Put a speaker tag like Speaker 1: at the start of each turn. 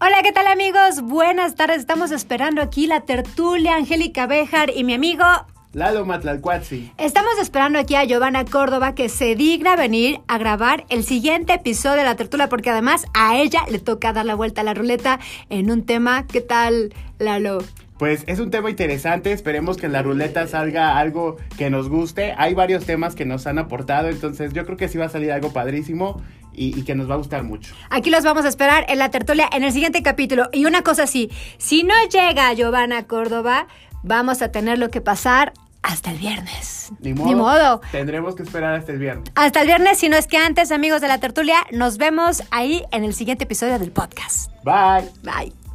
Speaker 1: Hola, ¿qué tal amigos? Buenas tardes. Estamos esperando aquí la tertulia Angélica Bejar y mi amigo.
Speaker 2: Lalo Matlalcuatzi.
Speaker 1: Estamos esperando aquí a Giovanna Córdoba que se digna venir a grabar el siguiente episodio de la tertulia porque además a ella le toca dar la vuelta a la ruleta en un tema. ¿Qué tal, Lalo?
Speaker 2: Pues es un tema interesante, esperemos que en la ruleta salga algo que nos guste. Hay varios temas que nos han aportado, entonces yo creo que sí va a salir algo padrísimo y, y que nos va a gustar mucho.
Speaker 1: Aquí los vamos a esperar en la tertulia en el siguiente capítulo. Y una cosa sí, si no llega Giovanna Córdoba, vamos a tener lo que pasar hasta el viernes.
Speaker 2: Ni modo.
Speaker 1: Ni modo.
Speaker 2: Tendremos que esperar hasta el viernes.
Speaker 1: Hasta el viernes, si no es que antes, amigos de la tertulia, nos vemos ahí en el siguiente episodio del podcast.
Speaker 2: Bye.
Speaker 1: Bye.